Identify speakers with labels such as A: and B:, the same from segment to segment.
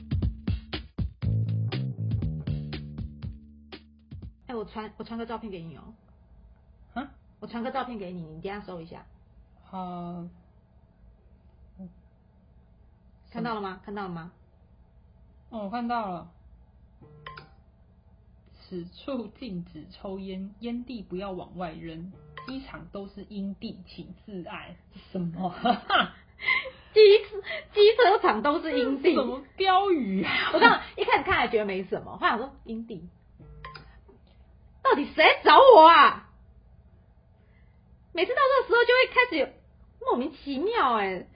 A: 传哎我传个照片给你哦，
B: 啊，
A: 我传个照片给你，你等一下搜一下，
B: 好，哦
A: 看到了吗？看到了吗？
B: 哦，我看到了。此处禁止抽烟，烟蒂不要往外扔。机场都是阴地，请自爱。什 么？
A: 机机车厂都是阴地，
B: 什么标语啊？
A: 我刚一开始看还觉得没什么，后来我说阴地，到底谁来找我啊？每次到这个时候就会开始有莫名其妙哎、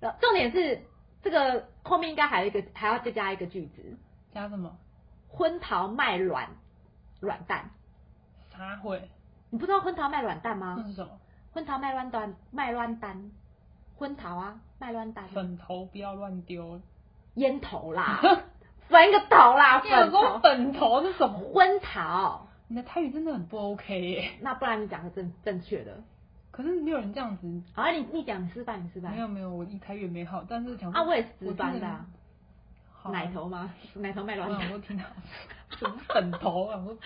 A: 然后重点是这个后面应该还有一个还要再加一个句子：
B: 加什么？
A: 昏桃卖卵卵蛋。
B: 撒会？
A: 你不知道昏桃卖卵蛋吗？
B: 那是什么？
A: 昏桃卖卵蛋，卖卵蛋，昏桃啊，卖卵蛋，
B: 粉头不要 乱丢。
A: 烟头啦， 粉个头啦，
B: 你有
A: 粉
B: 说
A: 头，
B: 粉头是什么？
A: 昏桃。
B: 你的台语真的很不 OK 耶。
A: 那不然你讲个正正确的。
B: 可是没有人这样子。
A: 好啊，你你讲，你示范，你示
B: 没
A: 范。
B: 有没有，我一台语没好，但是想说
A: 啊，我也是
B: 我
A: 值班的、啊，
B: 好啊
A: 奶头吗？ 奶头卖
B: 我
A: 卵
B: 想
A: 蛋。
B: 说听到 什么粉头啊？我嗯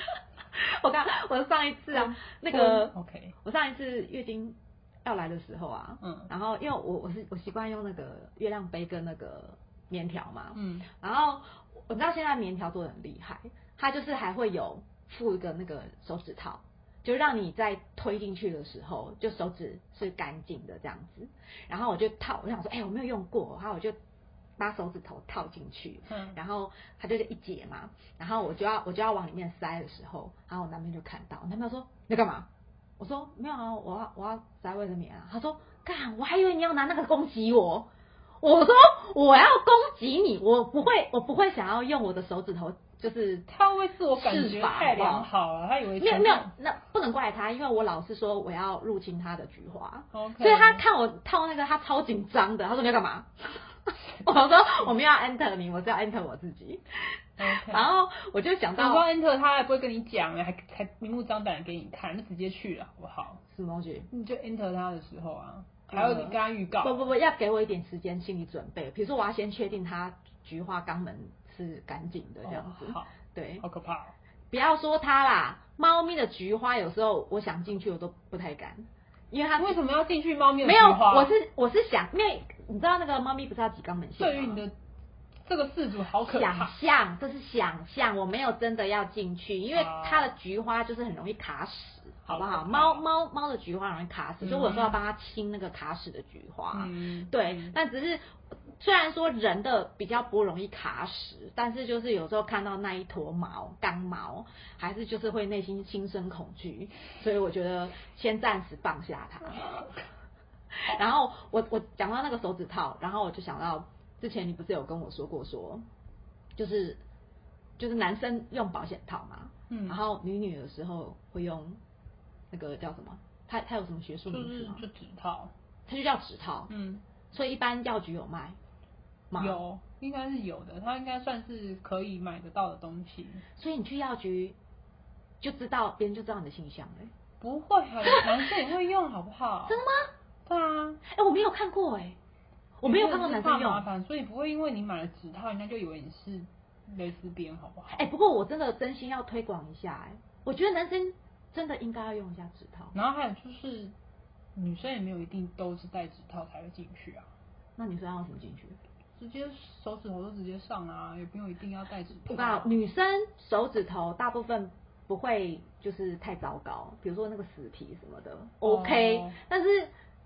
A: 我刚我上一次啊，那
B: 昏
A: 个
B: OK，
A: 我上一次月经要来的时候啊，
B: 嗯
A: 然后因为我我是我习惯用那个月亮杯跟那个棉条嘛，
B: 嗯，
A: 然后我知道现在棉条做的很厉害，它就是还会有附一个那个手指套，就让你在推进去的时候，就手指是干净的这样子。然后我就套，我想说，哎、我没有用过，然后我就把手指头套进去，
B: 嗯
A: 然后它就是一节嘛，然后我就要我就要往里面塞的时候，然后我男朋友就看到，我男朋友说你在干嘛？我说没有啊，我要我要塞卫生棉啊。他说干，我还以为你要拿那个攻击我。我说我要攻击你，我不会，我不会想要用我的手指头，就是
B: 他会不会自我感觉
A: 是吧
B: 太良好了？他以为
A: 没有
B: 全
A: 没有
B: 部，
A: 那不能怪他，因为我老是说我要入侵他的菊花，
B: ，OK，
A: 所以他看我套那个，他超紧张的。他说你要干嘛？ 我说我没有要 enter 你，我是要 enter 我自己。
B: OK。
A: 然后我就想
B: 你不
A: 到
B: 要 enter，他还不会跟你讲，还还明目张胆的给你看，就直接去了，好不好？
A: 什么东西？
B: 你就 enter 他的时候啊，还有你跟他预告，
A: 不不不，要给我一点时间心理准备。比如说，我要先确定他菊花肛门是干净的这样子。
B: 哦好，
A: 对，
B: 好可怕、哦。
A: 不要说它啦，猫咪的菊花有时候我想进去我都不太敢，因为它
B: 为什么要进去猫咪的啊
A: 没有，
B: 菊花
A: 我是我是想，因为你知道那个猫咪不是要挤肛门腺吗
B: 对于你的这个事主好可
A: 想
B: 怕，
A: 象，这是想象，我没有真的要进去，因为它的菊花就是很容易卡屎，好不
B: 啊好
A: 好？猫猫猫的菊花容易卡屎，
B: 嗯
A: 所以我有时候要帮它清那个卡屎的菊花。
B: 嗯，
A: 对，但只是虽然说人的比较不容易卡屎，但是就是有时候看到那一坨毛刚毛，还是就是会内心心生恐惧，所以我觉得先暂时放下 它。然后我我讲到那个手指套，然后我就想到之前你不是有跟我说过说，就是就是男生用保险套嘛，
B: 嗯
A: 然后女女的时候会用那个叫什么？它它有什么学术
B: 就
A: 名
B: 是
A: 字吗？
B: 就指套，
A: 它就叫指套，
B: 嗯，
A: 所以一般药局有卖吗？。
B: 有，应该是有的，它应该算是可以买得到的东西。
A: 所以你去药局就知道，别人就知道你的性向了欸、
B: 不会啊，男生也会用，好不好？
A: 真的吗？
B: 对啊，
A: 哎、我没有看过哎、我没有看过男生
B: 你真的是怕麻
A: 用。
B: 烦，所以不会因为你买了指套，人家就以为你是蕾丝边，好不好？
A: 哎、不过我真的真心要推广一下哎、我觉得男生真的应该要用一下指套。
B: 然后还有就是，女生也没有一定都是戴指套才会进去啊，
A: 那你说要用什么进去？
B: 直接手指头就直接上啊，也不用一定要戴指
A: 我
B: 套
A: 告
B: 啊。
A: 诉你女生手指头大部分不会就是太糟糕，比如说那个死皮什么的、
B: 哦
A: o k 但是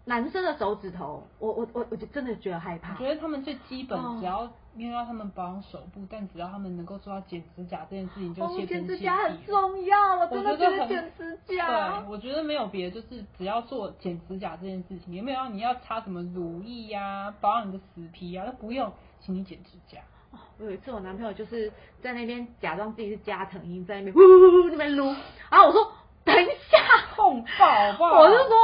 A: 男生的手指头，我我我我就真的觉得害
B: 我
A: 怕
B: 觉。得他们最基本，
A: 哦
B: 只要因为要他们保养手部，但只要他们能够做到剪指甲这件事情，就
A: 哦
B: 谢天
A: 剪
B: 谢
A: 指
B: 地
A: 甲
B: 了
A: 很。重要，我
B: 我
A: 真的
B: 觉得
A: 觉得
B: 很
A: 剪指甲
B: 对，。我觉得没有别的，就是只要做剪指甲这件事情，也没有让你要擦什么乳液呀、保养你的死皮呀、都不用，请你剪指甲。
A: 哦我有一次，我男朋友就是在那边假装自己是加藤鹰，在那边呜呜呜那边撸，然后我说等一下，
B: 痛爆好不好？
A: 我就说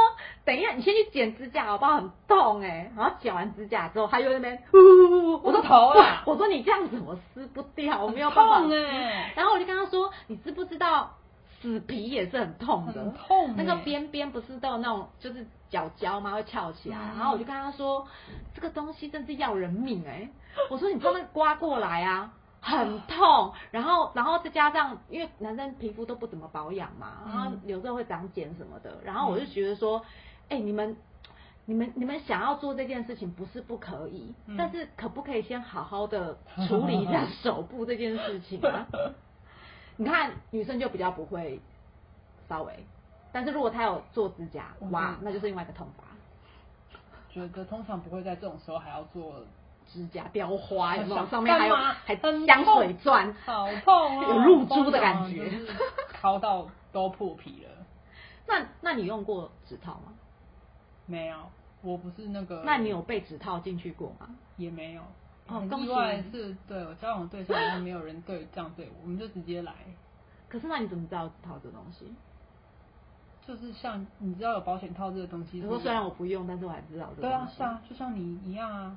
A: 等一下，你先去剪指甲好不好？很痛哎、然后剪完指甲之后，他又在那边呜呜呜，我说
B: 我头啊
A: 我说你这样子我撕不掉，我没有
B: 很
A: 办法
B: 痛
A: 撕。
B: 欸
A: 然后我就跟他说，你知不知道死皮也是很痛的，
B: 很痛欸
A: 那个边边不是都有那种就是角胶吗？会翘起来。
B: 嗯
A: 然后我欸就跟他说，这个东西真是要人命哎、我说你帮他刮过来啊。很痛，然后然后再加上因为男生皮肤都不怎么保养嘛，
B: 嗯
A: 然后有时候会长茧什么的，然后我就觉得说，哎、你们。你们你们想要做这件事情不是不可以，
B: 嗯
A: 但是可不可以先好好 的处理一下手部这件事情啊？ 你看女生就比较不会稍微，但是如果她有做指甲，
B: 嗯
A: 哇，那就是另外一个痛法。
B: 觉得通常不会在这种时候还要做，
A: 指甲雕花，有没有？
B: 想
A: 上面还有
B: 干嘛
A: 还
B: 很
A: 香
B: 痛
A: 水钻，
B: 好痛啊，
A: 有露珠的感觉
B: 通常就是敲到都破皮了。
A: 那那你用过指套吗？
B: 没有，我不是那个。
A: 那你有被指套进去过吗？
B: 也没有。
A: 哦
B: 很
A: 恭喜
B: 意
A: 你
B: 外的是对我交往的对象，好像没有人对这样对我，我们就直接来，
A: 可是那你怎么知道指套这东西？
B: 就是像你知道有保险套这个东西
A: 你
B: 是，
A: 说虽然我不用，但是我还知道这
B: 对
A: 东
B: 啊
A: 西。
B: 是啊，就像你一样啊，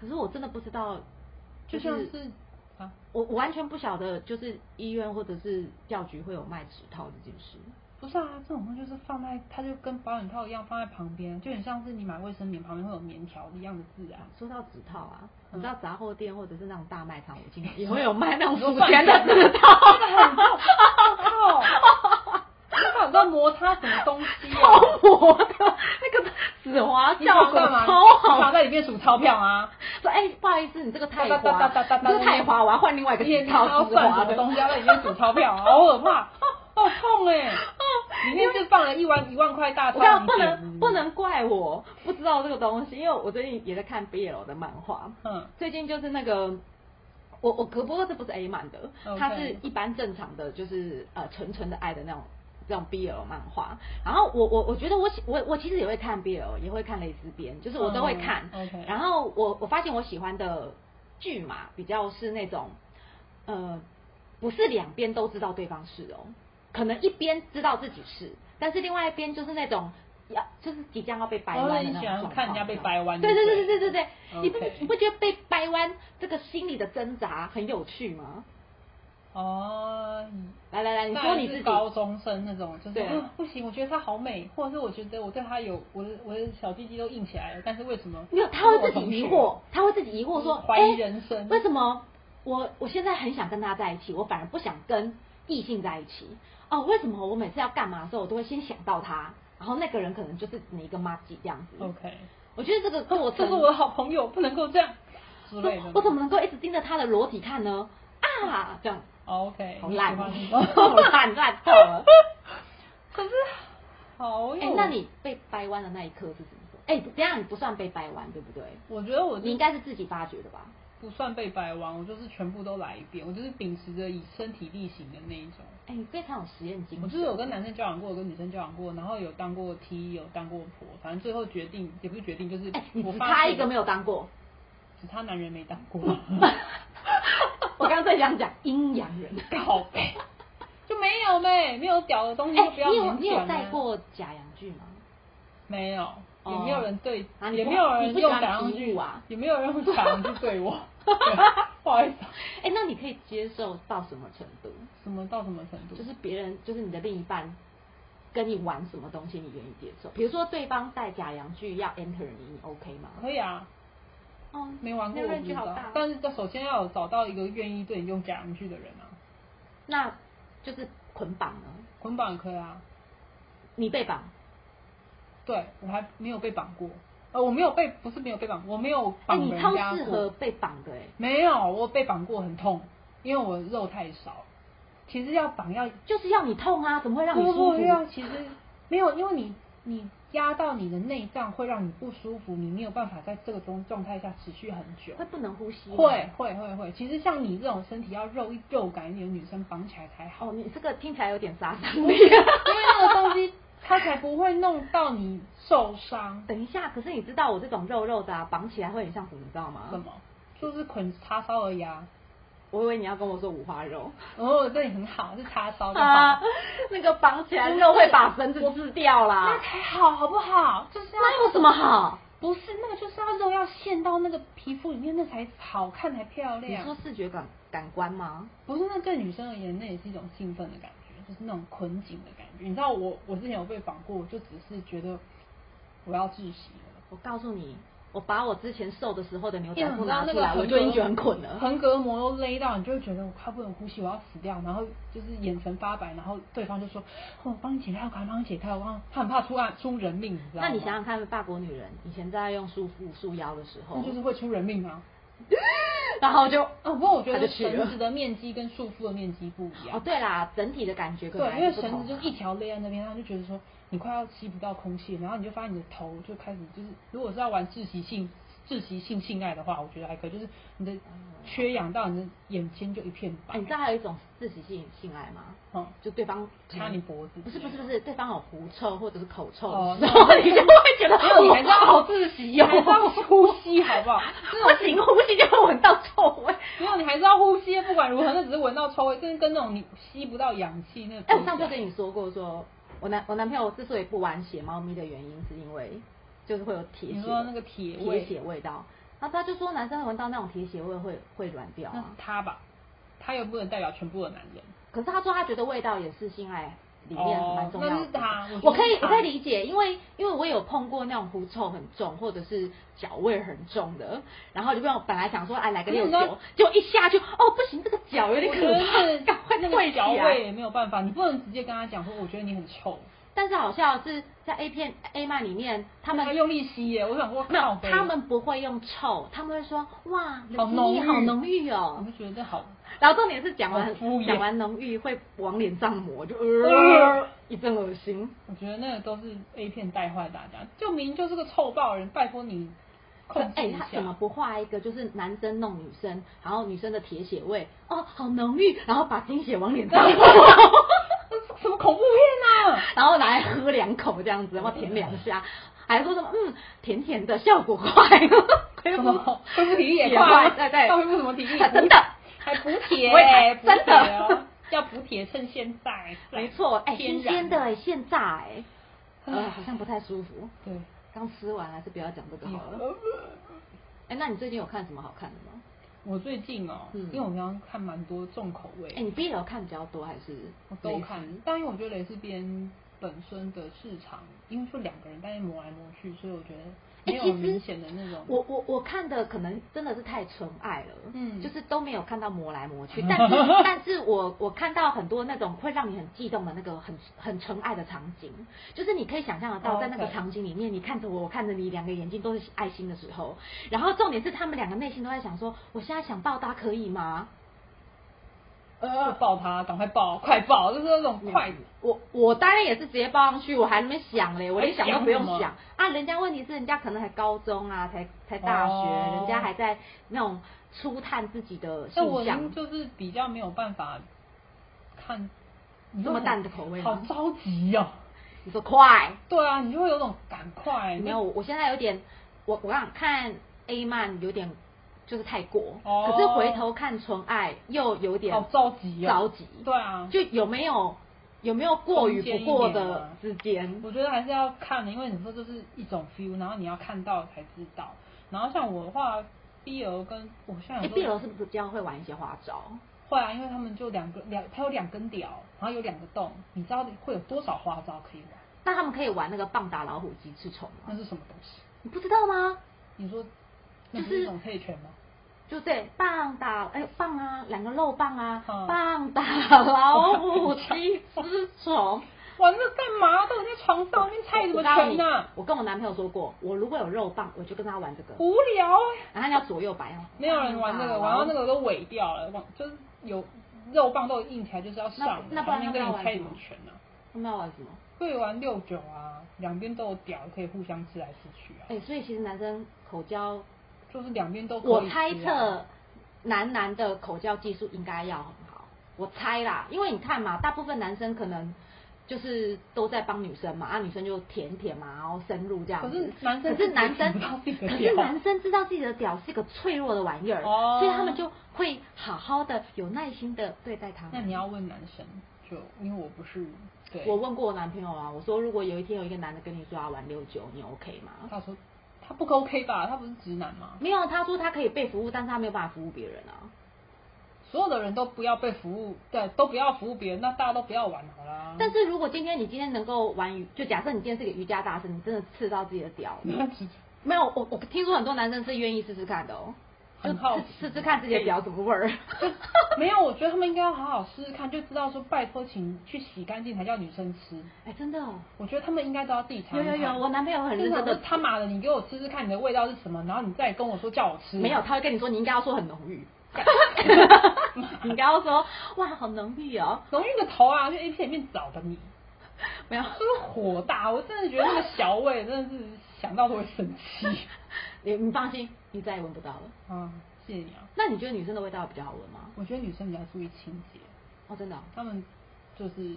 A: 可是我真的不知道，
B: 就是像是啊，
A: 我我完全不晓得，就是医院或者是药局会有卖指套这件事。
B: 不是啊，这种东西就是放在，它就跟保险套一样放在旁边，就很像是你买卫生棉旁边会有棉条一样的字啊。
A: 说到指套啊，
B: 嗯
A: 你知道杂货店或者是那种大卖场， 我经常也会有卖那种
B: 你说
A: 数钱的
B: 饭店
A: 指套，
B: 靠，那你知道摩擦什么东西 啊？
A: 超薄的，那个紫花
B: 你想
A: 效果
B: 干嘛？
A: 超
B: 你想
A: 好。
B: 在里面数钞票啊？
A: 说哎、不好意思，你这个太
B: 哒哒
A: 滑，
B: 哒哒哒
A: 你
B: 哒
A: 这个太滑，我要换另外一个
B: 你也
A: 指
B: 知道
A: 套
B: 要
A: 紫
B: 算
A: 滑
B: 什
A: 的
B: 么东西，要在里面数钞票，好 可怕，好痛哎、里面是放了一万一万块大钞
A: 我告诉
B: 你
A: 哦你不
B: 嗯捡
A: 能不，能怪我不知道这个东西，因为我最近也在看 BL 的漫画，
B: 嗯，
A: 最近就是那个。我我隔不过这不是 A 漫的
B: OK
A: 它是一般正常的，就是呃纯纯的爱的那种这种 BL 漫画。然后我我我觉得我喜我我其实也会看 BL，也会看蕾丝边，就是我都会看。
B: 嗯，OK
A: 然后我我发现我喜欢的剧嘛，比较是那种呃不是两边都知道对方是哦，可能一边知道自己是，但是另外一边就是那种要就是即将要被掰弯的那
B: 哦你
A: 种
B: 喜
A: 状
B: 欢
A: 况。
B: 看人家被掰弯
A: 对对对
B: 就
A: 对
B: 对
A: 对
B: 了
A: 对对。你不
B: OK
A: 你不觉得被掰弯这个心理的挣扎很有趣吗？
B: 哦，
A: 来来哎来，你
B: 那
A: 说
B: 还
A: 你
B: 是
A: 自己，
B: 高中生那种，就是
A: 对
B: 啊不行，我觉得她好美，或者是我觉得我对她有我的我的小弟弟都硬起来了，但是为什么？
A: 没有，他会自己疑惑，，他会自己疑惑说，
B: 嗯怀疑
A: 哎
B: 人生
A: 为什么我我现在很想跟他在一起，我反而不想跟异性在一起？哦，为什么我每次要干嘛的时候，我都会先想到他，然后那个人可能就是你一个妈吉这样子。
B: OK，
A: 我觉得这个过
B: 哦这
A: 程，
B: 是我的好朋友，不能够这样之类的
A: 我。我怎么能够一直盯着他的裸体看呢？啊，这样
B: ？OK，
A: 好烂
B: 你
A: 哦，
B: 喜欢那
A: 好
B: 种
A: 烂烂透 了。
B: 可是好
A: 哎、
B: 有，
A: 那你被掰弯的那一刻是怎么说？哎、这样你不算被掰弯，对不对？
B: 我觉得我
A: 你
B: 就
A: 应该是自己发觉的吧？
B: 不算被掰弯，我就是全部都来一遍，我就是秉持着以身体力行的那一种。
A: 哎、你非常有实验精神。
B: 我就是有跟男生交往过，有跟女生交往过，然后有当过 T，有当过婆，反正最后决定也不是决定，就是
A: 哎、你
B: 我
A: 只
B: 发
A: 差
B: 现嗯
A: 一个没有当过。
B: 只差男人没当 过，
A: 我刚刚在想讲阴阳 人。
B: 靠背就没有呗，没有屌的东西
A: 哎、
B: 就不要
A: 你有
B: 勉
A: 你有
B: 强、啊
A: 带？过假洋剧吗？
B: 没有，
A: 哦
B: 也没有人对，
A: 啊你不
B: 也没有
A: 你
B: 人
A: 不喜
B: 用
A: 欢
B: 假洋
A: 皮
B: 具
A: 舞啊
B: 也没有人用假洋具 对我，对不好意思，
A: 哎、那你可以接受到什么程度？
B: 什么到什么程度？
A: 就是别人，就是你的另一半跟你玩什么东西，你愿意接受？比如说对方带假洋剧要 enter 你，你 OK 吗？
B: 可以啊，
A: 哦
B: 没玩过我不
A: 那
B: 知
A: 句好
B: 道
A: 大，。啊
B: 但是首先要有找到一个愿意对你用假洋具的人啊，
A: 那就是捆绑呢？
B: 捆绑也可以啊，
A: 你被绑，
B: 对我还没有被绑过，呃，我没有被，不是没有被绑，我没有
A: 哎、
B: 绑
A: 你
B: 人
A: 超
B: 家
A: 适合
B: 过，
A: 被绑的哎、
B: 没有，我被绑过很痛，因为我肉太少，其实要绑要
A: 就是要你痛啊，怎么会让你
B: 不
A: 舒
B: 不
A: 服？
B: 不要，其实没有，因为你你压到你的内脏会让你不舒服，你没有办法在这个状状态下持续很久。
A: 会不能呼吸吗？
B: 会会会会，其实像你这种身体要肉一肉感一点的女生绑起来才好，
A: 哦，
B: 因
A: 你这个听起来有点杀 伤力。
B: 为那个东西它才不会弄到你受伤。
A: 等一下，可是你知道我这种肉肉的、啊、绑起来会很 像什么，你知道吗？
B: 什？么？就是捆叉烧而已啊。
A: 我以为你要跟我说五花肉
B: 哦，对你很好，是叉烧就
A: 啊
B: 好。，
A: 那个 绑起来肉会把绳子刺掉
B: 那
A: 啦。
B: 才好，好不好？就是要
A: 那有什么好？
B: 不是那个，就是要肉要陷到那个皮肤里面，那才好看，才漂
A: 你
B: 亮。
A: 说视觉感感官吗？
B: 不是，那对女生而言，那也是一种兴奋的感觉，就是那种捆紧的感觉。你知道我，我之前有被绑过，我就只是觉得我要窒息了。
A: 我告诉你，我把我之前瘦的时候的牛仔
B: 你
A: 裤
B: 知道
A: 拿
B: 那
A: 出
B: 个
A: 来，我
B: 横
A: 就已经觉得很
B: 膈
A: 困了。
B: 横膈膜都勒到，你就会觉得我快不能呼吸，我要死掉，然后就是眼神发白，然后对方就说：“哦我帮你解开，我赶快帮你解开，我帮他很怕出案出人命，你知道
A: 那
B: 吗？”
A: 你想想看，法国女人以前在用束缚、束腰的时候
B: 那，就是会出人命啊！
A: 然后就哦
B: 啊，不过我觉
A: 他
B: 得
A: 就去了
B: 绳子的面积跟束缚的面积不一
A: 哦
B: 样。
A: 对啦，整体的感觉可能
B: 对，
A: 还
B: 因为
A: 是不
B: 绳
A: 同
B: 子就一条勒在那边，然后就觉得说你快要吸不到空气，然后你就发现你的头就开始就是，如果是要玩窒息性窒息性性爱的话，我觉得还可以，就是你的缺氧到你的眼睛就一片白。
A: 哎，你知道还有一种自己性性爱吗？
B: 嗯
A: 就对方
B: 掐你脖子
A: 不是不是不是，对方有狐臭或者是口臭
B: 哦
A: 的时候， 你就会觉得
B: 没有你还是要
A: 哇好窒息哦
B: 你还是要
A: 哟，
B: 呼吸好不好？
A: 不行，呼吸就会闻到臭 味。
B: 没有，你还是要呼吸，不管如何，那只是闻到臭味，跟跟那种你吸不到氧气那。
A: 哎、我上次跟你说过说我男我男朋友之所以不玩血猫咪的原因，是因为就是会有铁血的，
B: 你说那个铁味
A: 铁血味道。然后他就说男生闻到那种铁血味会会软掉
B: 那是
A: 啊，
B: 他吧，他又不能代表全部的男人。
A: 可是他说他觉得味道也是性爱里面
B: 哦
A: 蛮重要的。
B: 那是他我觉得
A: 我可以
B: 是他
A: 我可以理解，因为因为我有碰过那种狐臭很重或者是脚味很重的，然后就跟我本来想说哎来个
B: 可是
A: 六
B: 你知道
A: 九，结果一下就哦不行，这个脚有点
B: 我
A: 可
B: 觉得
A: 怕，赶快
B: 是那
A: 跪
B: 个
A: 起来
B: 脚味也没有办法，你不能直接跟他讲说，我觉得你很臭。
A: 但是好笑的是在 A 片 A 漫里面，他们
B: 还用力吸耶，我想说，
A: 没有
B: 靠，北
A: 他，们不会用臭，他们会说哇，你的
B: 好
A: 精
B: 浓郁
A: 液好浓郁哦
B: 我。就觉得这好，
A: 然后重点是讲
B: 好
A: 完
B: 敷衍
A: 讲完浓郁会往脸上抹，就
B: 呃
A: 呃一阵恶心。
B: 我觉得那个都是 A 片带坏大家，就明明就是个臭爆人，拜托你控制
A: 哎、
B: 一
A: 他
B: 下
A: 怎。么不画一个就是男生弄女生，然后女生的铁血味哦好浓郁，然后把精血往脸上 抹，
B: 什么恐怖片啊？
A: 然后拿来喝两口这样子，然后舔两下，还说什么嗯甜甜的效果快，恢
B: 什
A: 复
B: 么恢复体力也
A: 也
B: 快，
A: 对对啊
B: 要恢复什么体力？
A: 真的。
B: 还补 铁
A: 我也买，
B: 补铁
A: 真
B: 哦
A: 的，
B: 要补铁趁现在。
A: 没错，哎、
B: 天
A: 新
B: 然
A: 鲜的哎、现榨哎、呃，
B: 唉
A: 好像不太舒服。
B: 对，
A: 刚吃完还是不要讲这个好
B: 嗯
A: 了。哎、那你最近有看什么好看的吗？
B: 我最近哦，
A: 嗯
B: 因为我刚刚看蛮多重口味
A: 哎、，你 BL 看比较多还是？
B: 我都看，但因为我觉得蕾丝边本身的市场，因为就两个人在那磨来磨去，所以我觉得
A: 哎、
B: 没有
A: 其
B: 明
A: 实
B: 显的那种。
A: 我我我看的可能真的是太纯爱了，
B: 嗯
A: 就是都没有看到磨来磨 去，但是但是我我看到很多那种会让你很悸动的那个很很纯爱的场景，就是你可以想象得到，
B: 哦
A: 在那个
B: OK
A: 场景里面，你看着我，我看着你，两个眼睛都是爱心的时候，然后重点是他们两个内心都在想说，我现在想报答可以吗？
B: 呃，抱他，赶快抱，快抱，就是那种快。
A: 嗯我我当然也是直接报上去，我还没想嘞，我连想都不用
B: 还想
A: 想啊。人家问题是人家可能还高中啊，才才大学，
B: 哦
A: 人家还在那种初探自己的
B: 但我
A: 性
B: 已
A: 向
B: 经，就是比较没有办法看
A: 这么淡的口味
B: 好
A: 吗？
B: 着急哦。
A: 你说快？
B: 对啊，你就会有种赶快。
A: 没有，我现在有点，我我想看 A 漫有点就是太过，
B: 哦
A: 可是回头看纯爱又有点
B: 好着急哦。
A: 着急，
B: 对啊，
A: 就有没有有没有过与不过
B: 中间一点
A: 的
B: 啊
A: 之间？
B: 我觉得还是要看的，因为你说这是一种 feel，然后你要看到才知道。然后像我的话，BL 跟我现在
A: 哎
B: 有
A: ，B
B: 时候
A: 楼是不是比较会玩一些花招？
B: 会啊，因为他们就两个两，它有两根屌，然后有两个洞，你知道会有多少花招可以玩？
A: 那他们可以玩那个棒打老虎鸡吃虫吗？
B: 那是什么东西？
A: 你不知道吗？
B: 你说那
A: 就
B: 不是一
A: 是
B: 种配权吗？
A: 就对，棒打哎、棒啊，两个肉棒啊，
B: 嗯
A: 棒打老虎鸡吃 虫。
B: 玩这干嘛？都在床上面菜什么
A: 我告诉你
B: 拳呐、啊？
A: 我跟我男朋友说过，我如果有肉棒，我就跟他玩这个，
B: 无聊欸、
A: 然后要左右摆。
B: 没有人玩这个，玩到那个都萎掉了，往就是有肉棒都硬起来，就是要上。
A: 那那不然他们
B: 面跟
A: 要
B: 你
A: 玩
B: 猜
A: 什
B: 什么
A: 么
B: 拳呢、啊？
A: 他们要玩什么？
B: 会玩六九啊，两边都有屌，可以互相吃来吃去啊，
A: 哎、所以其实男生口交，
B: 就是两边都可以、啊
A: 我猜，测男男的口交技术应该要很好，我猜啦，因为你看嘛，大部分男生可能。就是都在帮女生嘛，啊，女生就舔舔嘛，然后深入这样
B: 可
A: 子。
B: 是男生
A: 可是男生
B: 不知道自己的
A: 可
B: 屌
A: 是男生知道自己的屌是一个脆弱的玩意儿，
B: 哦
A: 所以他们就会好好的、有耐心的对待他们。
B: 那你要问男生，就因为我不是对，
A: 我问过我男朋友啊，我说如果有一天有一个男的跟你说要玩六九，你 OK 吗？
B: 他说他不 OK 吧？他不是直男吗？
A: 没有，啊他说他可以被服务，但是他没有办法服务别人啊。
B: 所有的人都不要被服务，对，都不要服务别人，那大家都不要玩好啦。
A: 但
B: 嗯
A: 是如果今天你今天能够玩瑜，就假设你今天是个瑜伽大师，你真的刺到自己的屌，
B: 那只
A: 没有，我我听说很多男生是愿意试试看的哦，就
B: 很好
A: 试试试看自己的脚什么味儿。
B: 没有，我觉得他们应该要好好试试看，就知道说拜托，请去洗干净才叫女生吃。
A: 哎，真的哦，
B: 我觉得他们应该都要自己尝
A: 有
B: 一
A: 有
B: 尝。
A: 有，我男朋友很认真
B: 真的
A: 的，
B: 他妈的，你给我吃吃看你的味道是什么，然后你再跟我说叫我吃。
A: 没有，，他会跟你说你应该要说很浓郁，你应该要说哇好浓郁哦，
B: 浓郁个头啊，去 A 片里面找的你，
A: 没有，
B: 就是火大，我真的觉得那个小味真的是想到都会生 气。
A: 你你放心，你再也闻不到了。
B: 啊，谢谢你啊，
A: 那你觉得女生的味道比较好闻吗？
B: 我觉得女生比较注意清洁，
A: 哦，真的哦、
B: 她们就是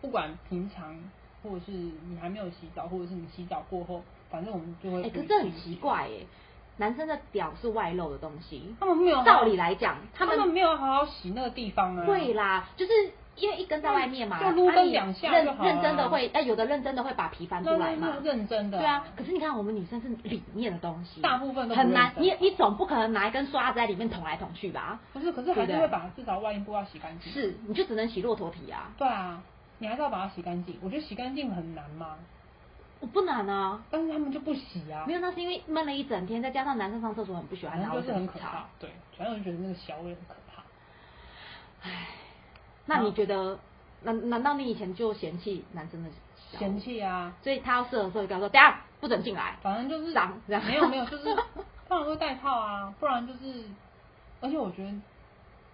B: 不管平常或者是你还没有洗澡，或者是你洗澡过后，反正我们就会
A: 哎、
B: 注
A: 可
B: 意
A: 是很
B: 清
A: 奇
B: 洁，
A: 怪耶，男生的屌是外露的东西，
B: 他们没有好好啊
A: 照理来讲，他
B: 他们
A: 们
B: 没有好好洗那个地方啊。
A: 会啦，就是因为一根在外面嘛，
B: 就撸根
A: 啊你
B: 两下
A: 认
B: 就好
A: 认真
B: 啦
A: 的会，哎、有的认真的会把皮翻出
B: 那
A: 来
B: 那
A: 嘛
B: 那。认真的，
A: 对啊，可是你看我们女生是里面的东西，
B: 大部分都不
A: 很难
B: 认，真
A: 你你总不可能拿一根刷子在里面捅来捅去吧？
B: 不是，可是还是
A: 对不
B: 会
A: 对
B: 把至少外阴部要洗干净。，
A: 是，你就只能洗骆驼皮啊，
B: 对啊，你还是要把它洗干净。我觉得洗干净很难嘛，
A: 我不难啊。
B: 但是他们就不洗啊
A: 没，有，那是因为闷了一整天，再加上男生上厕所很不喜欢，
B: 反
A: 然
B: 正
A: 后
B: 就是很可
A: 去擦
B: 怕。对，反正我就觉得那个小味很可怕。
A: 那你觉得，难难道你以前就嫌弃男生的小
B: 嫌弃啊，
A: 所以他要射的时候，跟他说：“等一下不准进来。
B: 反正就是
A: 脏这样
B: 没有没有，就是当然会戴套啊，不然就是，而且我觉得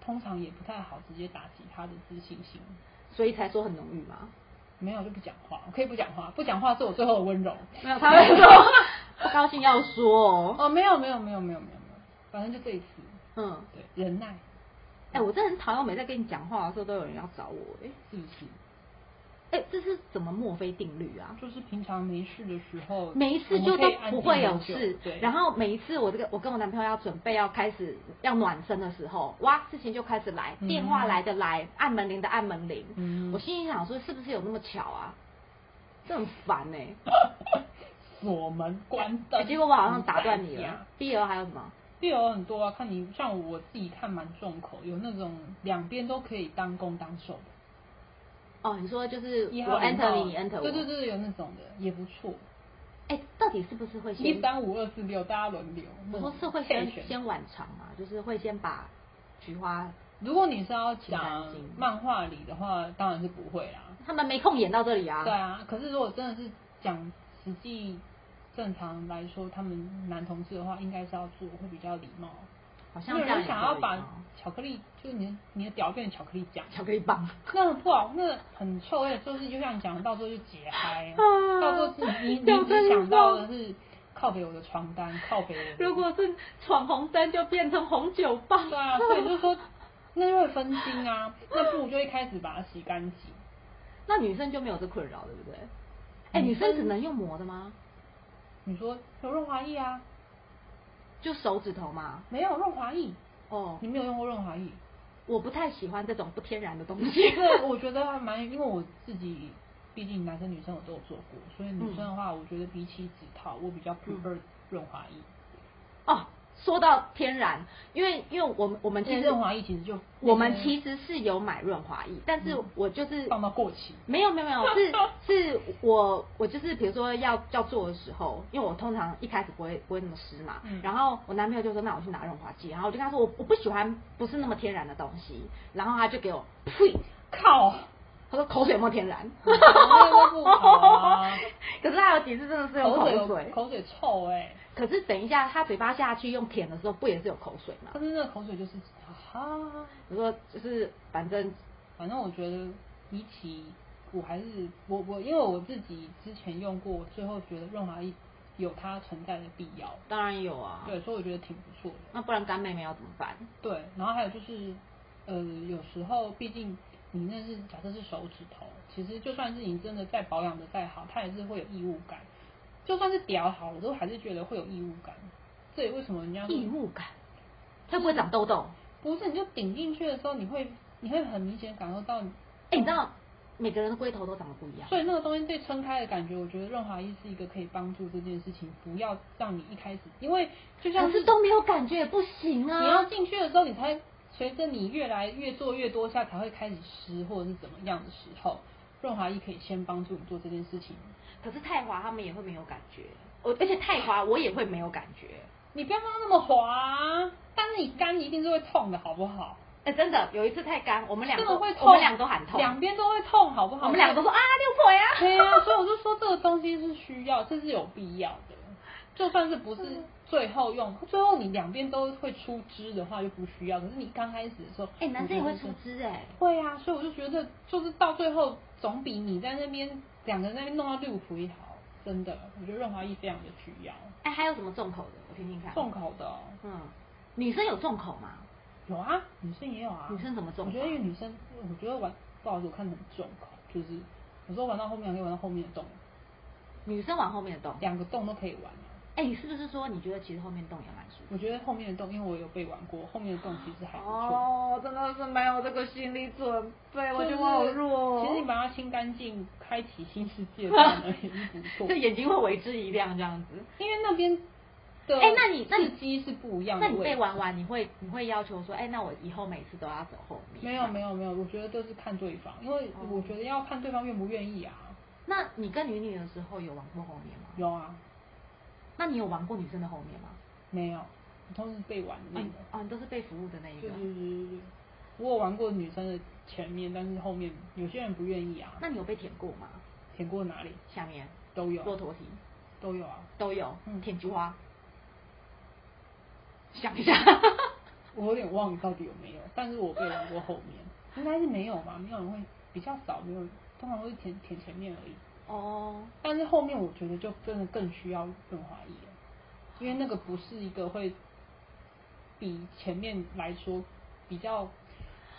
B: 通常也不太好直接打击他的自信心。”
A: 所以才说很浓郁嘛。
B: 没有就不讲话，我可以不讲话，不讲话是我最后的温柔。
A: 没有，他会说 不高兴要说哦。
B: 哦，没有没有没有没有没有没有，反正就这一次，
A: 嗯，
B: 对，忍耐
A: 哎、我真的很讨厌，每在跟你讲话的时候都有人要找我、哎
B: 是不是？
A: 哎、这是怎么墨菲定律啊？
B: 就是平常没事的时候，
A: 每一
B: 我
A: 次
B: 们
A: 就
B: 可
A: 都
B: 以安
A: 不
B: 静
A: 会有
B: 很久
A: 事
B: 对，，
A: 然后每一次我这个我跟我男朋友要准备要开始要暖身的时候，哇，事情就开始来，
B: 嗯
A: 电话来的来，按门铃的按门铃，
B: 嗯
A: 我心里想说是不是有那么巧啊？这很烦哎、
B: 锁门关灯、
A: 哎结果我好像打断你
B: 哎
A: 了
B: 呀。。
A: B 二还有什么？
B: 必有很多啊，看你像我自己看蛮重口，有那种两边都可以当攻当受的，
A: 哦，你说就是
B: 一
A: 我
B: 号零
A: enter
B: 号
A: 你，你 enter 我。
B: 对对。对，有那种的也不错，
A: 哎，到底是不是会
B: 一
A: 先？
B: 三五二四六大家轮流。
A: 我说是会
B: 配
A: 先
B: 选。
A: 先晚场嘛，就是会先把菊花，
B: 如果你是要
A: 请
B: 讲
A: 安静
B: 漫画里的话，当然是不会啦。
A: 他们没空演到这里啊。
B: 对。啊，可是如果真的是讲实际正常来说，他们男同志的话，应该是要做会比较礼貌。
A: 好像
B: 没有
A: 这样也
B: 人想
A: 可以
B: 要把
A: 哦
B: 巧克力，就是你的你的屌变成巧克力酱，
A: 巧克力棒。
B: 那种不好，那很臭味，就是就像你讲的，到时候就解嗨，
A: 啊
B: 到时候是你你
A: 巧
B: 你
A: 克
B: 只
A: 力
B: 想到的是靠北我的床单，靠北我的。
A: 如果是闯红灯，就变成红酒棒。
B: 对啊，所以就说那就会分心啊，那不如就一开始把它洗干净。
A: 那女生就没有这困扰，对不对？哎，
B: 女
A: 女
B: 生
A: 生只能用磨的吗？
B: 你说有润滑液啊？
A: 就手指头嘛。
B: 没有润滑液，
A: 哦
B: 你，没有用过润 滑液？
A: 我不太喜欢这种不天然的东 西。
B: 对，我觉得还蛮，因为我自己毕竟男生女生我都有做过，所以女生的话，我觉得比起指套，我比较 prefer 润滑液。
A: 哦，说到天然，因为因为我们我们
B: 其
A: 其
B: 实
A: 实
B: 润滑液其实就
A: 我们其实是有买润滑液，但是我就是
B: 嗯放到过期，
A: 没有没有没有， 是是我我就是比如说要要做的时候，因为我通常一开始不会不会那么湿嘛，
B: 嗯
A: 然后我男朋友就说那我去拿润滑剂，然后我就跟他说我我不喜欢不是那么天然的东西，然后他就给我呸，
B: 靠，
A: 他说口水有没有天然？
B: 那不好啊，
A: 可是他有几次真的是用
B: 口
A: 口
B: 水
A: 水，
B: 有口水臭哎、
A: 可是等一下他嘴巴下去用舔的时候不也是有口水吗
B: 但？是那口水就是哈，
A: 我说就是反正
B: 反正我觉得比起我还是我我因为我自己之前用过，我最后觉得润滑液有它存在的必要，
A: 当然有啊，
B: 对，所以我觉得挺不错的。
A: 那不然干妹妹要怎么办？
B: 对，然后还有就是，呃，有时候毕竟你那是假设是手指头，其实就算是你真的再保养的再好，它也是会有异物感。就算是屌好了，我都还是觉得会有异物感。这也为什么人家说
A: 异物感，会不会长痘痘？
B: 不是你就顶进去的时候，你会你会很明显感受到，
A: 哎、你知道每个人的龟头都长得不一样，
B: 所以那个东西被撑开的感觉，我觉得润滑液是一个可以帮助这件事情，不要让你一开始，因为就像
A: 可是都没有感觉也不行啊。
B: 你要进去的时候，你才随着你越来越做越多下，才会开始湿或者是怎么样的时候，润滑液可以先帮助你做这件事情。
A: 可是太滑他们也会没有感觉，我而且太滑我也会没有感觉。
B: 你不要让它那么滑啊、但是你干一定是会痛的，好不好？
A: 哎、真的有一次太干，我们两
B: 真
A: 个
B: 的会痛，
A: 我们两个都喊痛，
B: 两边都会痛，好不好？
A: 我们两个都说啊六腿啊。
B: 对啊，所以我就说这个东西是需要，这是有必要的。就算是不是
A: 嗯
B: 最后用，最后你两边都会出汁的话就不需要。可是你刚开始的时候，
A: 哎、男生也会出
B: 你就是。
A: 汁哎、
B: 会啊，所以我就觉得，就是到最后总比你在那边两个人在那边弄到六回好，真的，我觉得润滑液非常的需要。
A: 哎、还有什么重口的？我听听看。
B: 重口的哦、
A: 嗯，女生有重口吗？
B: 有啊，女生也有啊。
A: 女生怎么重口
B: 我觉得因为女生，我觉得玩不好意思，我看得很重口，就是有时候玩到后面可以玩到后面的洞，
A: 女生往后面的洞。
B: 两个洞都可以玩啊、
A: 哎、你是不是说你觉得其实后面洞也蛮舒服？
B: 我觉得后面的洞，因为我有被玩过，后面的洞其实还不错。
A: 哦，真的是没有这个心理准备，我觉得我好弱、哦。
B: 其实你把它清干净，开启新世 界，可能也是不错。
A: 就眼睛会为之一亮这样子。
B: 因为那边的
A: 哎那你那你
B: 刺激是不一样的
A: 那
B: 味道。
A: 你被玩完，你会你会要求说，哎、那我以后每次都要走后面？
B: 没有没有没有，我觉得这是看对方，因为
A: 哦
B: 我觉得要看对方愿不愿意啊。
A: 那你跟女女的时候有玩过后面吗？。
B: 有啊，
A: 那你有玩过女生的后面吗？
B: 没有，我都是被玩的那
A: 啊
B: 个
A: 你。啊，你都是被服务的那一
B: 对
A: 个。
B: 对对对对，我有玩过女生的前面，但是后面有些人不愿意啊。
A: 那你有被舔过吗？
B: 舔过哪里
A: 下面
B: 都有，
A: 骆驼蹄
B: 都有啊。
A: 都有，
B: 嗯
A: 舔菊花。想一下，
B: 我有点忘了到底有没有，但是我被玩过后面，应该是没有吧？没有人会比较少，没有人通常都是舔舔前面而已。
A: 哦，
B: 但是后面我觉得就真的更需要润滑液了，因为那个不是一个会比前面来说比较，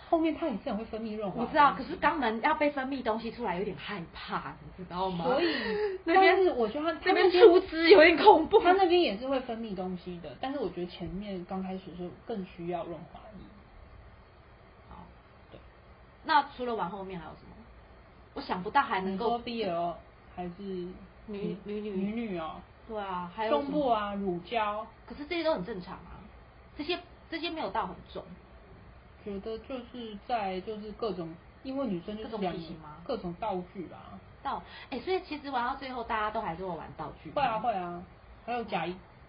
B: 后面它也是很会分泌润滑的东西。
A: 我知道，可是肛门要被分泌东西出来，有点害怕，你知道吗？
B: 所以
A: 那边
B: 但是我觉得它它
A: 那边
B: 那边
A: 出汁有点恐怖。
B: 它那边也是会分泌东西的，但是我觉得前面刚开始的时候更需要润滑液。
A: 好
B: 对，
A: 那除了玩后面还有什么？我想不到还能
B: 你
A: 够
B: 说 BL 还是
A: 女女女
B: 女女哦，
A: 对啊，还有什
B: 胸
A: 么
B: 部，啊、乳胶，
A: 可是这些都很正常啊，这些这些没有到很重，
B: 觉得就是在就是各种，因为女生就
A: 各
B: 是
A: 种
B: 两
A: 体型吗
B: 各种道具吧，
A: 到哎、所以其实玩到最后，大家都还是会玩道具。
B: 会啊。会啊，还有假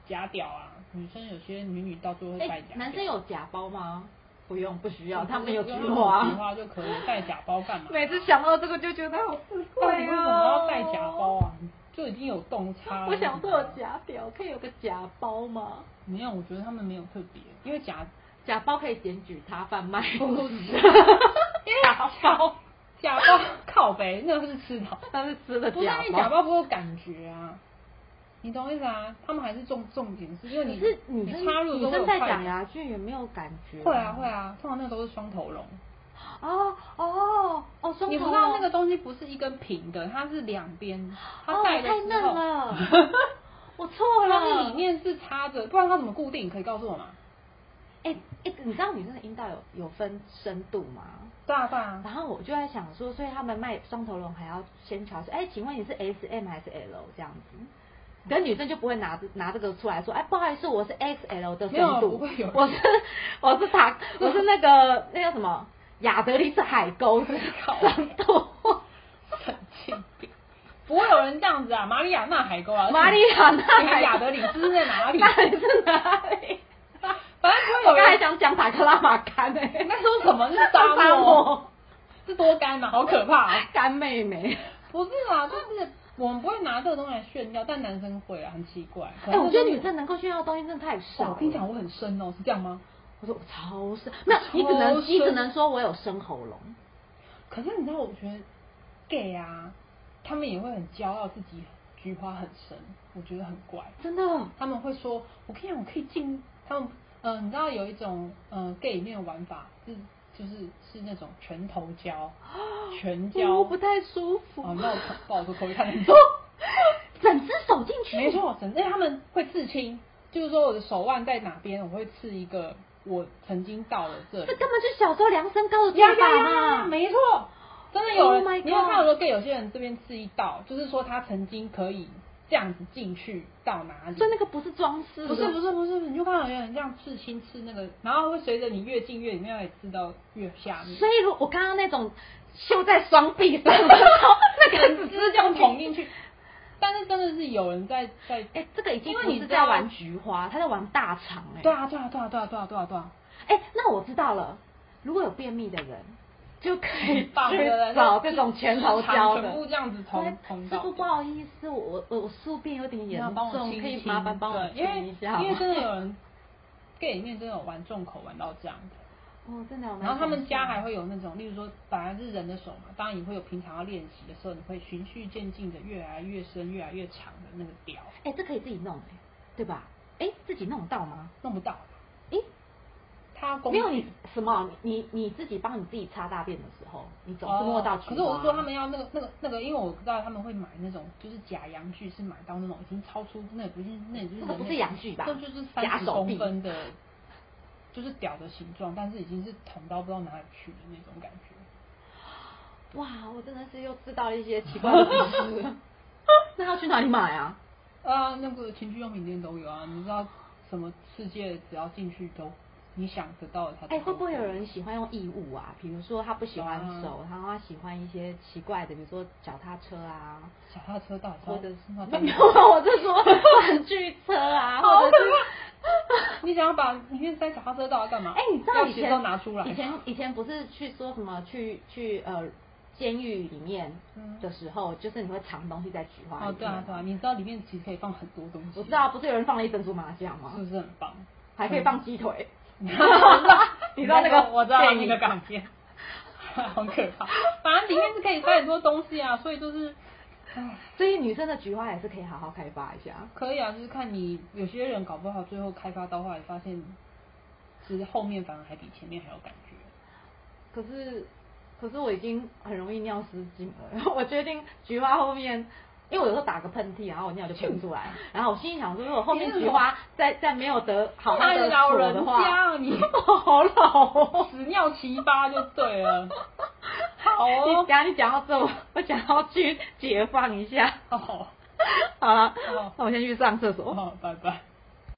B: 假屌啊，女生有些女女到最后会
A: 哎、
B: 戴假屌，
A: 男生有假包吗？不用，不需要，他们有菊
B: 菊
A: 花。
B: 花就可以戴假包干嘛？
A: 每次想到这个就觉得好吃
B: 到底
A: 亏
B: 为什么
A: 哦。
B: 要戴假包啊？就已经有洞差了。
A: 我想做假表，可以有个假包吗？
B: 没有，我觉得他们没有特别，因为假
A: 假包可以检举他贩卖。
B: 不 是假包假包靠北，那个是吃的。
A: 他是吃的
B: 不是因
A: 假
B: 为
A: 包。
B: 假包不有感觉啊，你懂我意思啊？他们还是重重点是因为
A: 可
B: 你
A: 是女
B: 你
A: 生
B: 插入
A: 女
B: 都会
A: 生
B: 有
A: 在啊
B: 快
A: 假
B: 感
A: 牙菌也没有感觉。
B: 会啊会。啊，通常那个都是双头龙。
A: 哦哦哦，双
B: 你不
A: 头
B: 知道
A: 哦
B: 那个东西不是一根平的，它是两边，
A: 哦
B: 它戴的
A: 太
B: 时
A: 嫩
B: 候， 哦
A: 了嗯我错
B: 它
A: 了。
B: 是里面是插着，不然它怎么固定？可以告诉我吗？
A: 哎、哎、你知道女生的阴道有有分深度吗？
B: 对啊对啊，
A: 然后我就在想说，所以他们卖双头龙还要先调试。哎、请问你是 S M 还是 L 这样子？可是女生就不会拿拿这个出来说，哎，不好意思，我是 XL 的深
B: 没有
A: 度，
B: 不会有人
A: 我是我是塔，我是那个那叫什么亚德里斯海沟的
B: 靠
A: 深度，
B: 神经病，不会有人这样子啊！马里亚纳海沟啊，
A: 马里亚纳海沟
B: 你还亚德里斯在哪里？
A: 那还是哪里？
B: 反正不会
A: 我
B: 有
A: 刚才
B: 人。
A: 想讲塔克拉玛干呢、
B: 你在说什么？是沙
A: 沙
B: 漠，
A: 漠
B: 是多干嘛？好可怕、啊！
A: 干妹妹。
B: 不是啦，就是我们不会拿这个东西来炫耀，但男生会啊，很奇怪。
A: 哎、我觉得女生能够炫耀的东西真的太少
B: 哇，
A: 了。
B: 我跟你讲，我很深哦，是这样吗？
A: 我说我超深，没有，你只能
B: 超深
A: 你只能说我有生喉咙，
B: 可是你知道，我觉得 gay 啊，他们也会很骄傲自己菊花很深，我觉得很怪。
A: 真的。
B: 他们会说，我跟你讲，我可以进他们，呃，你知道有一种呃 gay 里面的玩法是就是是那种拳头 交，拳交，
A: 我不太舒服。
B: 哦，那我不好说，口语看得懂。
A: 整只手进去，
B: 没错，反正他们会刺青，就是说我的手腕在哪边，我会刺一个我曾经到了这里
A: 这。根本就是小时候量身高的做
B: 呀呀
A: 法
B: 呀！
A: 嘛。
B: 啊没错，真的有
A: Oh my
B: 人，你有看到
A: God
B: 说 gay 有些人这边刺一道，就是说他曾经可以这样子进去到哪里。
A: 所以那个不是装饰的，
B: 不是不是不是，你就看到有点像刺青刺那个，然后会随着你越近越里面，也刺到越下面。
A: 所以如我刚刚那种绣在双臂上，然 后那个
B: 只是这样捅进去，但是真的是有人在在，
A: 哎、这个已经
B: 因为
A: 不
B: 你
A: 是
B: 知
A: 在
B: 道
A: 玩菊花，他在玩大肠哎、
B: 对啊对啊对啊对啊对啊对啊对啊，
A: 哎、那我知道了，如果有便秘的人，就可以
B: 很棒
A: 去
B: 对不对
A: 找
B: 就
A: 这种拳头
B: 就是
A: 胶的，
B: 全部这样子捅
A: 对
B: 捅
A: 师
B: 到
A: 傅不好意思，我我我宿便有点
B: 你
A: 严
B: 要帮我
A: 重，
B: 清
A: 可以
B: 清
A: 麻烦帮我
B: 对
A: 清一
B: 因
A: 下
B: 为因为
A: 吗？
B: 真的有人 gay 里面真的有玩重口玩到这样的。
A: 哦，真的有那种事。
B: 然后他们家还会有那种，例如说本来是人的手嘛，当然你会有平常要练习的时候，你会循序渐进的越来越深、越来越长的那个雕，
A: 哎、这可以自己弄哎、对吧？哎、自己弄得到吗？
B: 弄不到。嗯
A: 哎、
B: 他要工
A: 没有
B: 具
A: 你什么，你你自己帮你自己擦大便的时候，你总是摸到啊
B: 哦
A: 菊花、
B: 可是我是说他们要那个那个那个，因为我知道他们会买那种就是假洋具，是买到那种已经超出那也不是那也就是
A: 那个不
B: 人类
A: 是洋具吧
B: 那就是
A: 假
B: 三十
A: 手
B: 公
A: 臂
B: 分的，就是屌的形状，但是已经是捅到不知道哪里去的那种感觉。
A: 哇，我真的是又知道了一些奇怪的知 识。那要去哪里买啊？
B: 啊，那个情趣用品店都有啊，你知道什么世界只要进去都你想得到的它。
A: 哎、会不会有？人喜欢用异物啊？比如说他不喜欢
B: 有啊
A: 手，然后他喜欢一些奇怪的，比如说脚踏车啊，
B: 脚踏车到底要
A: 或者是
B: 那
A: 没有，啊我是说玩具车 啊，或者是
B: 你想要把里面塞脚踏车到底 要干嘛？
A: 哎、你知道
B: 钥
A: 以
B: 匙
A: 前
B: 都拿出来。
A: 以前以前不是去说什么去去呃监狱里面
B: 嗯
A: 的时候，就是你会藏东西在菊花里面。
B: 哦，对啊，对啊，你知道里面其实可以放很多东西。
A: 我知道，啊不是有人放了一整组麻将吗
B: 是？不是很 棒？
A: 还可以放鸡腿。
B: 你
A: 你知道嗯 那个
B: 我知道
A: 电
B: 那
A: 影
B: 个港片， 好可怕。反正里面是可以塞很多东西啊，所以就是，唉
A: 所以女生的菊花也是可以好好开发一下。
B: 可以啊，就是看你有些人搞不好最后开发到后来发现，其实后面反而还比前面还有感觉。
A: 可是，可是我已经很容易尿失禁了。 我决定菊花后面，因为我有时候打个喷嚏，然后我尿就喷出来，然后我心里想说，如果后面菊花再再没有得好好
B: 太
A: 的
B: 老
A: 锁
B: 人
A: 的话，
B: 家，你
A: 好老 哦。
B: 屎尿齐八就对了。好
A: 你
B: 哦
A: 等，下你讲到 这，我我想要去解放一下。
B: 好，
A: 好了
B: 好，
A: 哦那我先去上厕所。
B: 好，拜拜。